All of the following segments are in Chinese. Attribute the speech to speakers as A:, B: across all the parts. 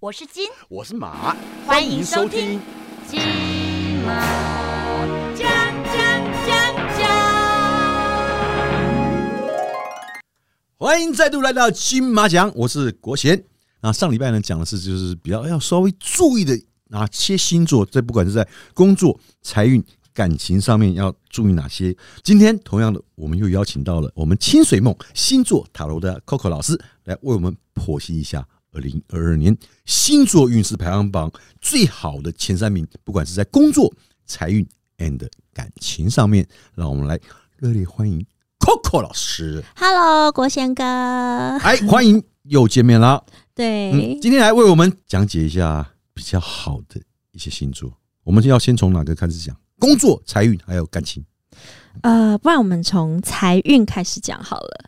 A: 我是金，
B: 我是马，
A: 欢迎收听金马奖奖奖奖。
B: 欢迎再度来到金马奖，我是国贤。那上礼拜呢讲的是就是比较要稍微注意的啊哪些星座，在不管是在工作、财运、感情上面要注意哪些。今天同样的，我们又邀请到了我们清水梦星座塔罗的 Coco 老师来为我们剖析一下。二零二二年星座运势排行榜最好的前三名，不管是在工作、财运 and 感情上面，让我们来热烈欢迎 Coco 老师。
A: Hello，国贤哥，
B: 哎，欢迎又见面啦！
A: 对
C: 哎
B: 嗯，，今天来为我们讲解一下比较好的一些星座。我们要先从哪个开始讲？工作、财运还有感情，嗯
C: 呃，不然我们从财运开始讲好了。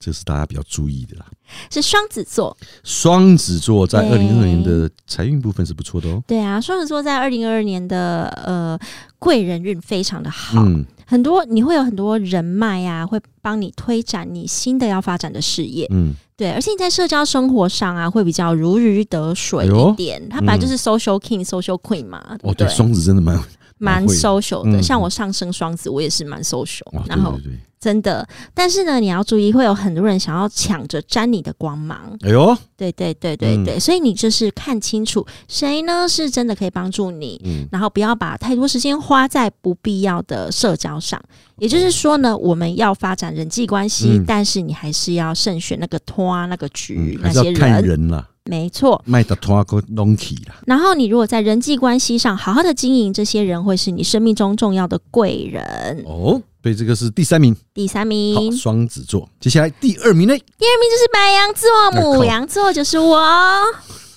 B: 这是大家比较注意的啦。
C: 是双子座，
B: 双子座在二
C: 对
B: 零二年的财运部分是不错的哦。
C: 对啊，双子座在二零二二年的呃贵人运非常的好，
B: 嗯，
C: 很多你会有很多人脉啊，会帮你推展你新的要发展的事业。
B: 嗯，
C: 对，而且你在社交生活上啊，会比较如鱼得水
B: 哎呦
C: 一点。他本来就是 social king、social queen 嘛，对
B: 哦，
C: 不
B: 对，双子真的蛮有
C: 蛮
B: 会
C: social
B: 嗯
C: 的。像我上升双子，我也是蛮 social，
B: 哇，对
C: 然后
B: 对对，
C: 真的，但是呢，你要注意，会有很多人想要抢着沾你的光芒。
B: 哎呦，
C: 对对对对对，
B: 嗯
C: 所以你就是看清楚谁呢是真的可以帮助你，
B: 嗯
C: 然后不要把太多时间花在不必要的社交上。也就是说呢，我们要发展人际关系，
B: 哦嗯
C: 但是你还是要慎选那个托啊、那个局、
B: 嗯，还
C: 那
B: 是
C: 些
B: 要看
C: 人。
B: 人啦，
C: 没错。
B: 卖的拖个 donkey 啦。
C: 然后你如果在人际关系上好好的经营，这些人会是你生命中重要的贵人。
B: 哦，对，这个是第三名，
C: 第三
B: 好
C: 名，，
B: 双子座。接下来第二名呢？
C: 就是白羊座，
B: 靠
C: 母羊座就是我。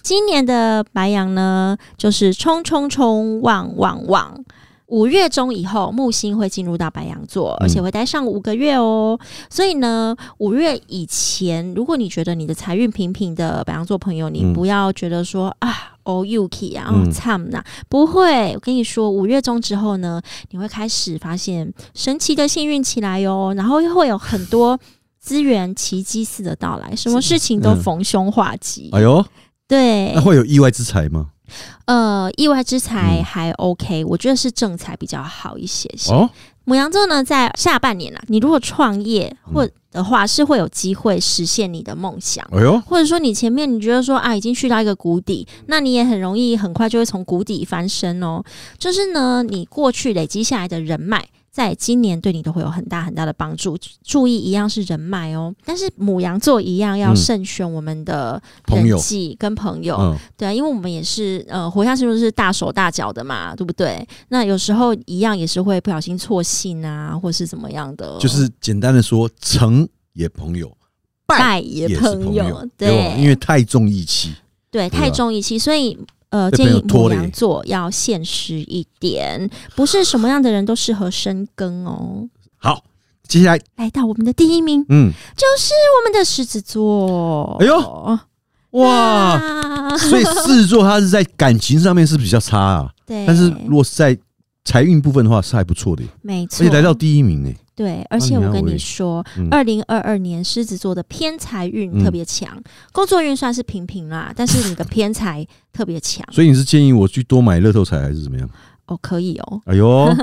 C: 今年的白羊呢，就是冲冲冲，旺旺旺。五月中以后，木星会进入到白羊座，
B: 嗯
C: 而且会待上五个月哦。所以呢，五月以前，如果你觉得你的财运平平的白羊座朋友，
B: 嗯
C: 你不要觉得说、啊。哦，Yuki 啊，哦
B: 嗯，
C: 惨呐、不会，我跟你说，五月中之后呢，你会开始发现神奇的幸运起来哟、然后又会有很多资源奇迹似的到来，什么事情都
B: 嗯
C: 逢凶化吉。
B: 哎呦，
C: 对哎
B: 那，会有意外之财吗？
C: 呃，意外之财
B: 嗯
C: 还 OK，、我觉得是正财比较好一些些。
B: 哦，
C: 母羊座呢，在下半年啊，你如果创业
B: 嗯
C: 或的话，是会有机会实现你的梦想。
B: 哎呦，
C: 或者说你前面你觉得说啊已经去到一个谷底，那你也很容易很快就会从谷底翻身哦。就是呢，你过去累积下来的人脉。在今年对你都会有很大很大的帮助，注意一样是人脉哦，但是母羊座一样要
B: 嗯
C: 慎选我们的
B: 朋友
C: 人际跟朋友，
B: 嗯，
C: 对啊，因为我们也是呃活下去都是大手大脚的嘛，对不对？那有时候一样也是会不小心错信啊，或是怎么样的，
B: 就是简单的说，成也朋友，
C: 拜也
B: 也是
C: 朋
B: 朋
C: 友
B: 友，，
C: 对，
B: 因为太重义气。
C: 对，
B: 对
C: 太
B: 吧
C: 重义气，所以呃，
B: 被朋
C: 建
B: 友
C: 议
B: 拖
C: 母
B: 累
C: 羊座要现实一点，不是什么样的人都适合深耕哦。
B: 好，接下来，
C: 来到我们的第一名，
B: 嗯，
C: 就是我们的狮子座。
B: 哎
C: 呦，
B: 哇，所以狮子座它是在感情上面是比较差啊，
C: 对，
B: 但是如果是在财运部分的话是还不错的，
C: 没
B: 而
C: 错，
B: 且来到第一名呢。
C: 对，而且
B: 你要
C: 我跟
B: 为
C: 你说
B: 嗯，
C: 二零二二年狮子座的偏财运
B: 嗯
C: 特别强，工作运算是平平啦，但是你的偏财特别强
B: 所以你是建议我去多买乐透彩还是怎么样？
C: 哦，可以哦。
B: 哎呦，哦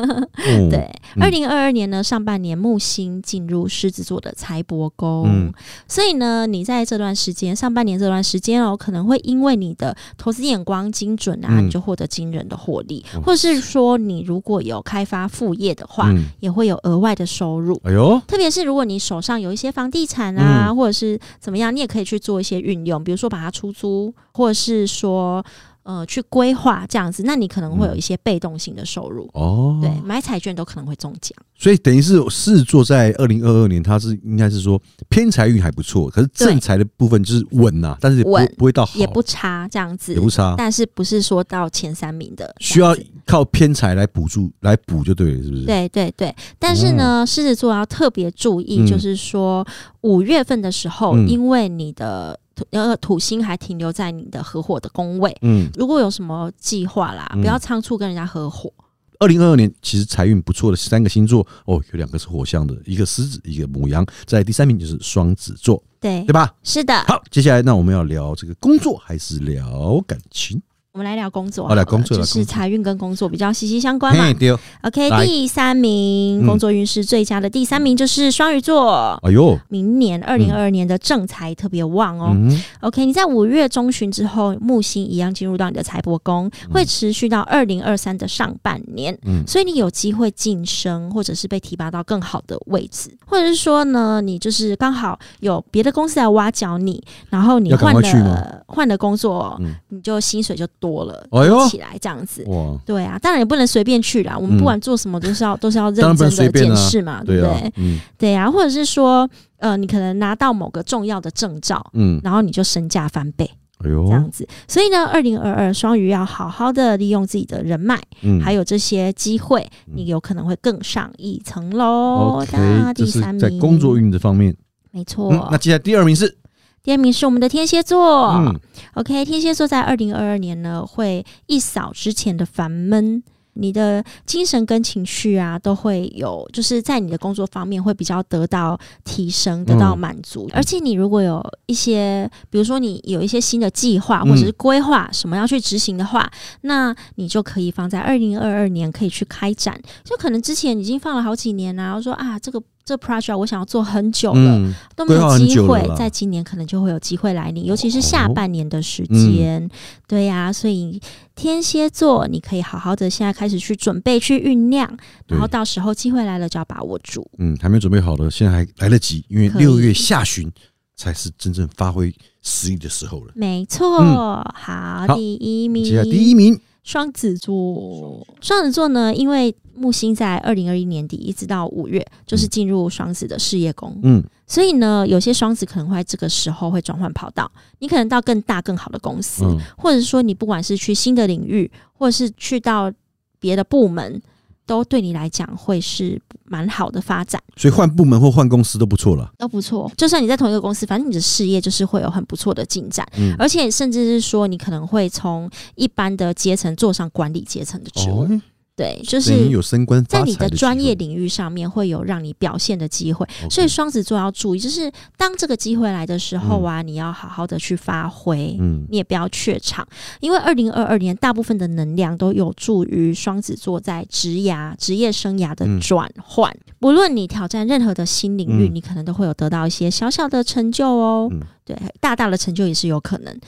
C: 对，
B: 嗯
C: 二零二二年呢，上半年木星进入狮子座的财帛宫，
B: 嗯
C: 所以呢，你在这段时间，上半年这段时间哦，可能会因为你的投资眼光精准啊，
B: 嗯
C: 你就获得惊人的获利，
B: 哦
C: 或是说你如果有开发副业的话，
B: 嗯，
C: 也会有额外的收入。
B: 哎呦，
C: 特别是如果你手上有一些房地产啊，
B: 嗯
C: 或者是怎么样，你也可以去做一些运用，比如说把它出租，或者是说呃去规划这样子，那你可能会
B: 嗯
C: 有一些被动性的收入。
B: 哦，
C: 对，买彩券都可能会中奖。
B: 所以等于是狮子座在二零二二年，它是应该是说偏财运还不错，可是正财的部分就是稳呐、但是也不
C: 稳
B: 不会到好，啊
C: 也不差这样子
B: 也，不差，
C: 但是不是说到前三名的
B: 需要靠偏财来补助来补就对了，是不是？，
C: 对对对，但是呢，狮子座要特别注意，
B: 哦嗯
C: 就是说五月份的时候，
B: 嗯
C: 因为你的土呃土星还停留在你的合伙的宫位，
B: 嗯，
C: 如果有什么计划啦，
B: 嗯
C: 不要仓促跟人家合伙。
B: 二零二二年其实财运不错的三个星座哦，有两个是火象的，一个狮子，一个母羊，在第三名就是双子座，
C: 对
B: 对，吧？
C: 是的。
B: 好，接下来那我们要聊这个工作还是聊感情？
C: 我们来聊工作
B: 好
C: 好了，
B: 哦来工作
C: 就
B: 来工
C: 是
B: 作
C: 财运跟工作比较息息相关嘛。
B: 对哦，
C: OK，
B: 来
C: 第三名
B: 嗯
C: 工作运势最佳的第三名就是双鱼座。
B: 哎呦，
C: 明年二零二二年的正财特别旺哦。
B: 嗯，
C: OK，你在五月中旬之后，木星一样进入到你的财帛宫，会持续到二零二三的上半年。
B: 嗯
C: 所以你有机会晋升，或者是被提拔到更好的位置，或者是说呢，你就是刚好有别的公司来挖角你，然后你
B: 要赶
C: 换
B: 快去吗
C: 了换了工作，
B: 嗯
C: 你就薪水就多了，
B: 哎呦
C: 多起来这样子。
B: 哇，
C: 对啊，当然也不能随便去啦。我们
B: 嗯
C: 不管做什么，都是要、都是要
B: 当然
C: 认
B: 不
C: 真
B: 能随
C: 的
B: 便啊
C: 检视嘛，对
B: 对
C: 不
B: 啊
C: 对？，
B: 嗯
C: 对啊，或者是说，呃，你可能拿到某个重要的证照，
B: 嗯，
C: 然后你就身价翻倍
B: 哎
C: 这
B: 呦，
C: 样子。所以呢，二零二二双鱼要好好的利用自己的人脉，
B: 嗯，
C: 还有这些机会，
B: 嗯
C: 你有可能会更上一层楼。那
B: OK，
C: 第
B: 这是
C: 三名
B: 在工作，运的方面。
C: 没错。
B: 嗯，那接下来第二名是，
C: 第二名是我们的天蝎座。
B: 嗯
C: OK，天蝎座在二零二二年呢，会一扫之前的烦闷。你的精神跟情绪啊，都会有，就是在你的工作方面会比较得到提
B: 嗯
C: 升，得到满足。而且你如果有一些，比如说你有一些新的计划
B: 嗯
C: 或者是规划，什么要去执行的话，那你就可以放在二零二二年可以去开展。就可能之前已经放了好几年啦、然后说啊，这个这 project 我想要做很久了，
B: 嗯，
C: 都没
B: 规划
C: 有
B: 很
C: 机
B: 久了
C: 会
B: 啦，哦
C: 在今年可能就会有机会来临，尤其是下半年的时
B: 嗯
C: 间。对呀、所以天蝎座你可以好好的现在开始去准备、去酝酿，然后
B: 对
C: 到时候机会来了就要把握住。
B: 嗯，还没有准备好的，现在还来得及，因为
C: 可以
B: 六月下旬才是真正发挥实力的时候了。
C: 没错，
B: 嗯
C: 好，
B: 好
C: 第一名，
B: 接下来第一名，
C: 双子座，双子座呢，因为木星在二零二一年底一直到五月，就是
B: 嗯
C: 进入双子的事业宫，
B: 嗯，
C: 所以呢，有些双子可能会在这个时候会转换跑道，你可能到更大、更好的公司，
B: 嗯
C: 或者说你不管是去新的领域，或者是去到别的部门，都对你来讲会是蛮好的发展，
B: 所以换部门或换公司都不错了。
C: 都不错。就算你在同一个公司，反正你的事业就是会有很不错的进展，
B: 嗯，
C: 而且甚至是说你可能会从一般的阶层做上管理阶层的职务，
B: 哦，
C: 对，就
B: 等于
C: 是。
B: 有升官发
C: 在
B: 财
C: 你的
B: 机
C: 专业
B: 会，
C: 领域上面会有让你表现的机会，
B: 哦 OK
C: 所以双子座要注意，就是当这个机会来的时候啊，你要好好的去发挥。
B: 嗯
C: 你也不要怯场，因为二零二二年大部分的能量都有助于双子座在职涯、职业生涯的
B: 嗯
C: 转换。不论你挑战任何的新领域，
B: 嗯
C: 你可能都会有得到一些小小的成就哦。
B: 嗯
C: 对，大大的成就也是有可能。，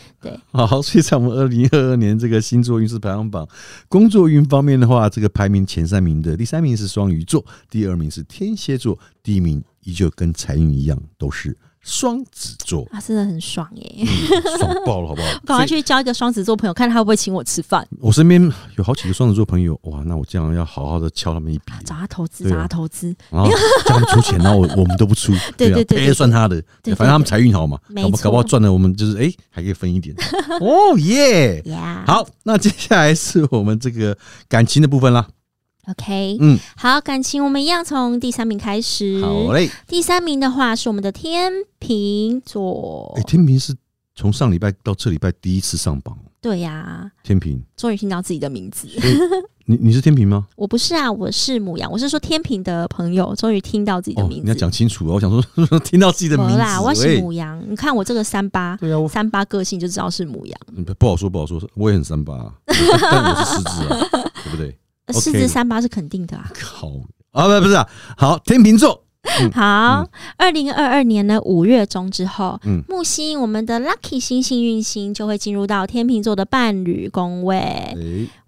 B: 好，所以在我们二零二二年这个星座运势排行榜，工作运方面的话，这个排名前三名的第三名是双鱼座，第二名是天蝎座，第一名依旧跟财运一样都是双子座嗯
C: 啊，真的很爽 耶！
B: 爽爆了，好不 好？
C: 赶快去交一个双子座朋友，看他会不会请我吃饭，
B: 我身边有好几个双子座朋友，哇，那我这样要好好的敲他们一笔，
C: 找他投资，
B: 对啊
C: 找他投资。
B: 然后叫他们出钱，然后 我我们都不出，
C: 对对对对
B: 啊
C: 对
B: 哎算他的，
C: 对对
B: 反正他们财运好嘛，
C: 没
B: 搞不
C: 错
B: 搞不好赚了我们就是哎还可以分 一点，哦耶！
C: 呀、
B: 好，那接下来是我们这个感情的部分啦，
C: o k
B: 嗯，
C: 好，感情我们一样从第三名开始。
B: 好嘞，
C: 第三名的话是我们的天秤座
B: 哎，，天平是从上礼拜到这礼拜第一次上榜，
C: 对呀、
B: 天平，
C: 终于听到自己的名字。
B: 你你是天平吗？
C: 我不是啊，我是母羊，我是说天平的朋友终于听到自己的
B: 哦，
C: 名
B: 你
C: 字。
B: 要讲清楚哦，我想说 听到自己的名
C: 我
B: 字，欸
C: 啦，我
B: 喂
C: 是母羊，你看我这个三八。
B: 对啊，我
C: 三八个性就知道是母羊，
B: 嗯不不好说，不好说，我也很三八啊， 但但我是狮子啊，对不对？
C: 呃
B: OK
C: 狮子三八是肯定的啊。
B: 靠啊，不不是啊，好，天秤座，
C: 好，二零二二年呢五月中之后，
B: 嗯
C: 木星我们的 lucky 星幸运星就会进入到天秤座的伴侣宫位，
B: 哎，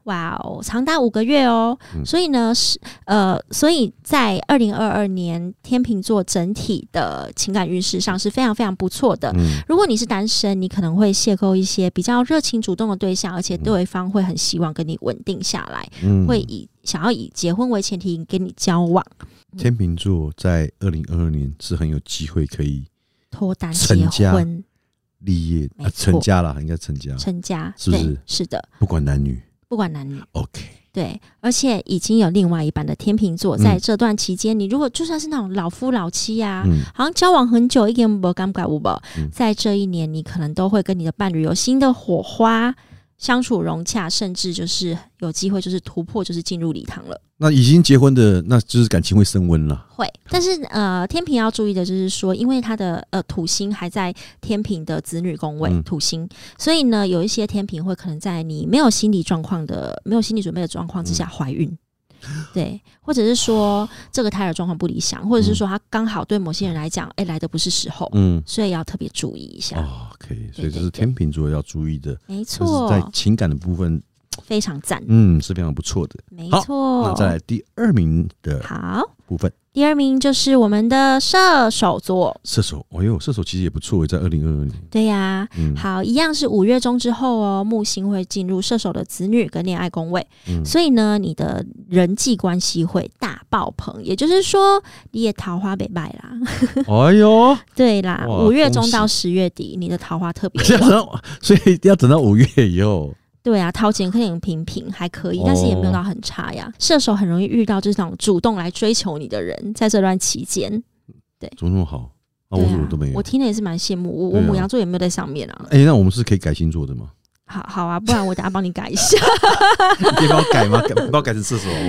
C: 哇哦，长达五个月哦。
B: 嗯
C: 所以呢，是呃，所以在二零二二年天秤座整体的情感运势上是非常非常不错的。
B: 嗯，
C: 如果你是单身，你可能会邂逅一些比较热情主动的对象，而且对方会很希望跟你稳定下来，
B: 嗯
C: 会以想要以结婚为前提跟你交往，
B: 天秤座在二零二二年是很有机会可以
C: 脱单、
B: 成
C: 结
B: 家
C: 婚、
B: 立业、
C: 没
B: 啊、
C: 错
B: 成家啦，应该成家，
C: 成家，
B: 是不是
C: 对，是的，
B: 不管男女
C: 不管男女。
B: ，OK，
C: 对，而且已经有另外一半的天秤座，在这段期间，你如果就算是那种老夫老妻呀、
B: 嗯
C: 好像交往很久，一点不尴尬无不
B: 嗯，
C: 在这一年，你可能都会跟你的伴侣有新的火花。相处融洽，甚至就是有机会就是突破，就是进入礼堂了。
B: 那已经结婚的，那就是感情会升温了。
C: 会，但是呃，天平要注意的就是说，因为他的呃土星还在天平的子女宫位、
B: 嗯
C: 土星，所以呢，有一些天平会可能在你没有心理状况的、没有心理准备的状况之
B: 嗯
C: 下怀孕。对，或者是说这个胎儿状况不理想，或者是说他刚好对某些人来讲，哎、来的不是时候，
B: 嗯哦
C: 所以要特别注意一下。
B: ，OK，所以这
C: 对对
B: 是天秤座要注意的，
C: 没
B: 这是在
C: 错，
B: 情感的部分，
C: 非常赞，
B: 嗯，是非常不错的。
C: 没
B: 好
C: 错。
B: 那再来第二名的
C: 好。
B: 部分，
C: 第二名就是我们的射手座，
B: 射手，哎呦，射手其实也不错，在二零二二年，
C: 对呀、
B: 嗯，
C: 好，一样是五月中之后哦，木星会进入射手的子女跟恋爱宫位，
B: 嗯
C: 所以呢，你的人际关系会大爆棚，也就是说，你也桃花北败啦，
B: 哎呦，
C: 对啦，
B: 哇
C: 五月
B: 恭
C: 中
B: 喜
C: 到十月底，你的桃花特别
B: 要等
C: 旺，
B: 到，所以要等到五月以后，
C: 对啊，掏钱可以很平平，还可以，但是也
B: 哦
C: 没有到很差呀。射手很容易遇到这种主动来追求你的人，在这段期间，
B: 怎么那么好啊？
C: 对
B: 我
C: 啊
B: 怎么都没有
C: 我？听了也是蛮羡慕，我我
B: 对啊
C: 母羊座也没有在上面啊。
B: 哎、那我们是可以改星座的 吗？
C: 好好啊，不然我等下帮你改一下。
B: 你可以帮我改吗？ 改帮我改成射手好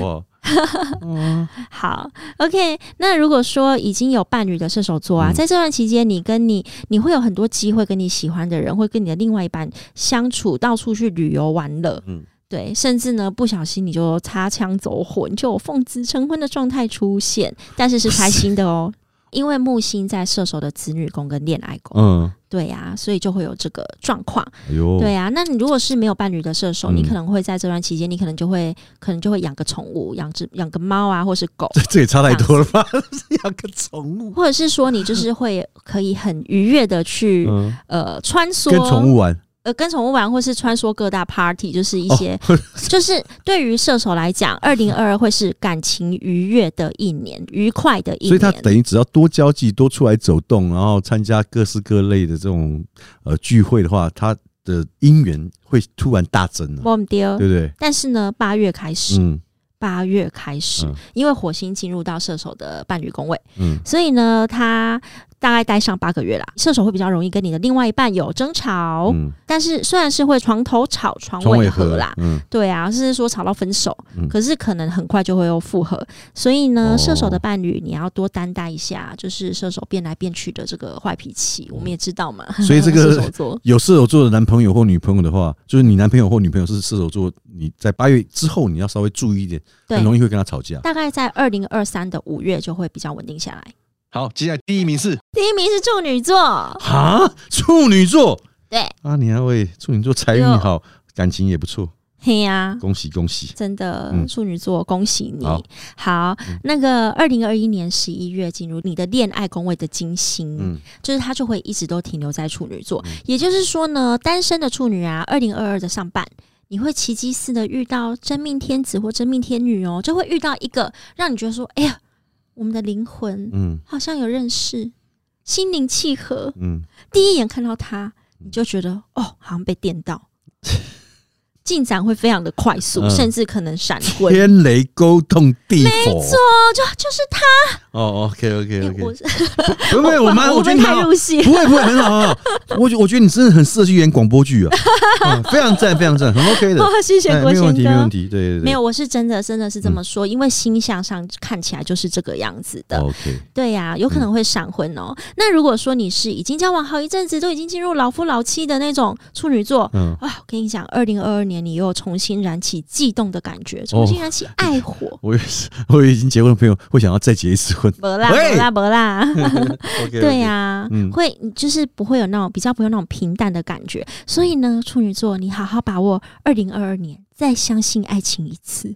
B: 不 好？嗯
C: 好，OK。那如果说已经有伴侣的射手座啊，
B: 嗯
C: 在这段期间，你跟你你会有很多机会跟你喜欢的人，会跟你的另外一半相处，到处去旅游玩乐，
B: 嗯
C: 嗯，对，甚至呢不小心你就擦枪走火，你就有奉子成婚的状态出现，但是是开心的哦。因为木星在射手的子女宫跟恋爱宫，
B: 嗯，
C: 对呀、所以就会有这个状况。
B: 哎呦，
C: 对啊，那你如果是没有伴侣的射手，
B: 嗯
C: 你可能会在这段期间，你可能就会可能就会养个宠物，养只养个猫啊，或是狗，
B: 这这也差太多了吧？ 养个宠物，
C: 或者是说你就是会可以很愉悦的去、
B: 嗯，
C: 呃穿梭
B: 跟宠物哦玩，
C: 呃跟宠物玩，或是穿梭各大 party，就是一 些、
B: 哦
C: 就是对于射手来讲，二零二二会是感情愉悦的一年，愉快的一
B: 所
C: 年。
B: 以他等于只要多交际、多出来走动，然后参加各式各类的这种呃聚会的话，他的姻缘会突然大增了、
C: 忘不掉
B: 对不对？
C: 但是呢，八月开始，
B: 嗯
C: 八月开始，
B: 嗯
C: 因为火星进入到射手的伴侣宫位，
B: 嗯，
C: 所以呢，他大概待上八个月啦。射手会比较容易跟你的另外一半有争吵，
B: 嗯，
C: 但是虽然是会床头吵床
B: 床
C: 尾
B: 尾
C: 和
B: 和
C: 啦，，
B: 嗯，
C: 对啊，甚至说吵到分手，
B: 嗯
C: 可是可能很快就会又复合。所以呢，
B: 哦
C: 射手的伴侣你要多担待一下，就是射手变来变去的这个坏脾气，我们也知道嘛。
B: 嗯所以这 个
C: 射手座
B: 有射手座的男朋友或女朋友的话，就是你男朋友或女朋友是射手座，你在八月之后你要稍微注意一点，
C: 对
B: 很容易会跟他吵架。
C: 大概在二零二三的五月就会比较稳定下来。
B: 好，接下来第一名是
C: 第一名是处女座，
B: 啊，处女座
C: 对，
B: 啊，你还会处女座财运
C: 哟
B: 好，感情也不错，
C: 嘿呀、
B: 恭喜恭喜。
C: 真的，
B: 嗯
C: 处女座，恭喜你！
B: 好嗯
C: 好，那个二零二一年十一月进入你的恋爱宫位的金星，
B: 嗯
C: 就是它就会一直都停留在处女座。也就是说呢，单身的处女啊，二零二二的上半。你会奇迹似的遇到真命天子或真命天女哦，就会遇到一个让你觉得说，哎呀，我们的灵魂
B: 嗯
C: 好像有认识，心灵契合，
B: 嗯，
C: 第一眼看到他，你就觉得哦，好像被电 到，进展会非常的快速，
B: 嗯
C: 甚至可能 闪婚。
B: 天雷勾动地火，
C: 哦，就就是他，
B: 哦，OK OK
C: 哎
B: OK，
C: 我是
B: 不不，我蛮，
C: 我
B: 我觉
C: 们
B: 得蛮
C: 太
B: 好，啊
C: 入戏 了。
B: 不会不会，很好很好。我觉我觉得你真的很适合去演广播剧啊，嗯非常赞非常赞，很 OK 的，
C: 哦， 谢谢
B: 哎
C: 郭
B: 没有
C: 贤
B: 问题没有
C: 哥
B: 问。题，对对嗯对，
C: 没有，我是真的，真的是这么说，因为星象上看起来就是这个样子的。
B: 哦 OK，
C: 对呀、有可能会闪婚哦。
B: 嗯
C: 那如果说你是已经交往好一阵子，都已经进入老夫老妻的那种处女座，
B: 嗯，
C: 哇，我跟你讲，二零二二年你又重新燃起悸动的感
B: 哦
C: 觉，重新燃起爱火。
B: 我也是，我有已经结婚的朋友会想要再结一次婚
C: 不啦
B: 喂
C: 不啦不 啦，
B: ，OK，
C: 对 呀、
B: 嗯
C: 会就是不会有那种比较不会有那种平淡的感觉，所以呢，处女座你好好把握二零二二年，再相信爱情一次。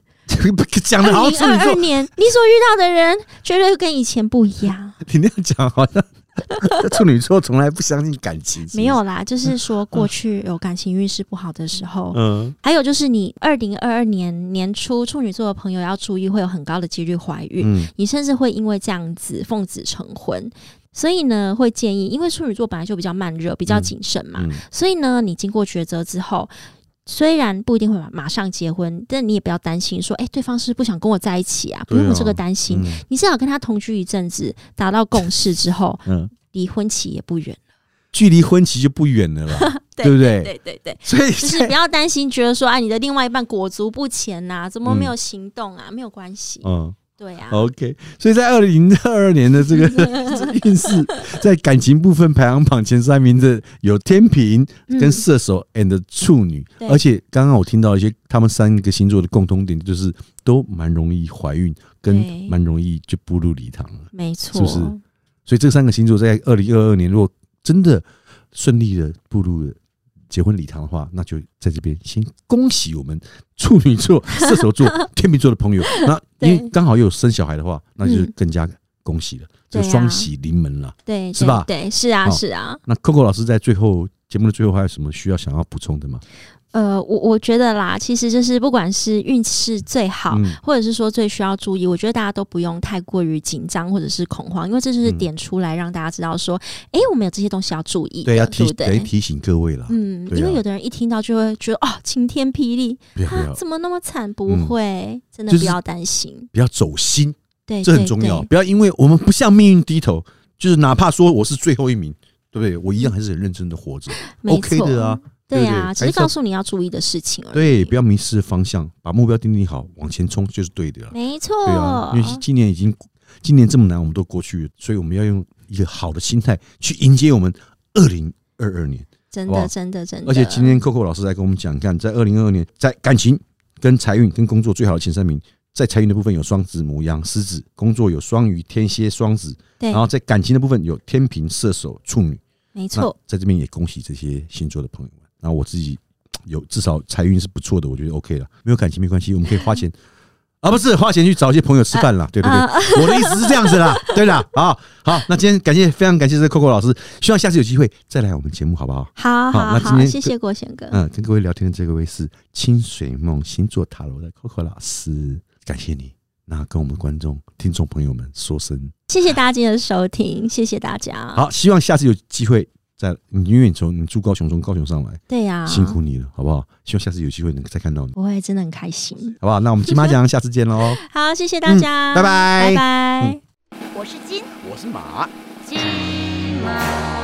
B: 讲
C: 二
B: 的好，
C: 零
B: 处女
C: 二二
B: 座，
C: 年你所遇到的人绝对跟以前不一样，
B: 你那样讲好像 处女座从来不相信感情，是不是
C: 没，有啦，就是说过去有感情运势不好的时候，
B: 嗯，
C: 还有就是你二零二二年年初处女座的朋友要注意，会有很高的几率怀孕。
B: 嗯
C: 你甚至会因为这样子奉子成婚。所以呢，会建议，因为处女座本来就比较慢热，比较谨慎嘛，
B: 嗯，
C: 所以呢，你经过抉择之后，虽然不一定会马马上结婚，但你也不要担心说，哎、对方是不是不想跟我在一起啊，不
B: 对啊
C: 用有这个担心。
B: 嗯
C: 你至少跟他同居一阵子，达到共识之后，
B: 嗯，
C: 离婚期也不远。
B: 距离婚期就不远了啦， 对不对？
C: 对对对，
B: 所以
C: 就是
B: 在
C: 不要担心，觉得说啊，你的另外一半裹足不前呐、怎么没有行动啊？没有关系，
B: 嗯
C: 对啊，
B: ，OK，所以在二零二二年的这 个这运势，在感情部分排行榜前三名的有天平跟射手 and 处女，
C: 嗯对
B: 而且刚刚我听到一些他们三个星座的共通点，就是都蛮容易怀孕，跟
C: 对
B: 蛮容易就步入礼堂了。
C: 没
B: 是
C: 错，
B: 不是所以这三个星座在二零二二年如果真的顺利的步入了结婚礼堂的话，那就在这边先恭喜我们处女座、射手 座、天秤座的朋友。那因为
C: 对
B: 刚好又有生小孩的话，那就
C: 嗯
B: 更加恭喜了，就
C: 对啊
B: 双喜临门了。
C: 对，
B: 是吧
C: 对，对是啊，
B: 哦
C: 是啊，
B: 那 Coco 老师在最后节目的最后还有什么需要想要补充的吗？
C: 呃，我我觉得啦，其实就是不管是运势最好，
B: 嗯
C: 或者是说最需要注意，我觉得大家都不用太过于紧张或者是恐慌，因为这就是
B: 嗯
C: 点出来让大家知道说，诶，我们有这些东西要注意的，
B: 对，要
C: 对
B: 提
C: 不
B: 等于
C: 对？
B: 提醒各位啦，
C: 嗯，
B: 对啊
C: 因为有的人一听到就会觉得哦，晴天霹雳，
B: 不要不
C: 啊
B: 要，
C: 怎么那么惨？不
B: 嗯
C: 会，真的
B: 就
C: 不
B: 是
C: 要担心。
B: 不要走心，
C: 对，
B: 这很
C: 对
B: 重
C: 哎
B: 要。
C: 对
B: 不要因为我们不向命运低头，就是哪怕说我是最后一名，对不对？我一样还是很认真的活着
C: 没
B: ，OK
C: 错
B: 的啊。。对
C: 对
B: 不
C: 呀、
B: 对
C: 只
B: 还
C: 是
B: 是要
C: 告诉你要注意的事情而已。
B: 对，不要迷失方向，把目标定定好，往前冲就是对的啊。
C: 没错。
B: 对啊，因为今年已经今年这么难，我们都过去了，所以我们要用一个好的心态去迎接我们二零二二年。
C: 真
B: 好不好
C: 的，真的，真的。
B: 而且今天 Coco 老师在跟我们讲，你看在二零二二年，在感情、跟财运、跟工作最好的前三名，在财运的部分有双子、母羊、狮子；工作有双鱼、天蝎、双子；
C: 对
B: 然，后在感情的部分有天平、射手、处女。
C: 没
B: 那
C: 错，
B: 在这边也恭喜这些星座的朋友们。那我自己有至少财运是不错的，我觉得 OK 了，没有感情没关系，我们可以花钱啊，不是花钱去找一些朋友吃饭啦，对对对，
C: 啊
B: 我的意思是这样子啦，对啦，好好，那今天感谢非常感谢这个 Coco 老师，希望下次有机会再来我们节目好不好？
C: 好
B: 好那
C: 好
B: 今天
C: 谢谢国贤哥。
B: 嗯，跟各位聊天的这位是清水梦星座塔罗的 Coco 老师，感谢你。那跟我们观众、听众朋友们说声
C: 谢谢大家今天的收听，谢谢大家。，
B: 好，希望下次有机会再，你因为你从你住高雄，从高雄上来，
C: 对呀、
B: 辛苦你了，好不好？希望下次有机会能再看到你，
C: 不会，真的很开心。
B: 好不好？那我们金马奖下次见喽，
C: 好，谢谢大家，
B: 嗯拜拜
C: 拜拜。
A: 我是金
B: 我是马。
A: 金马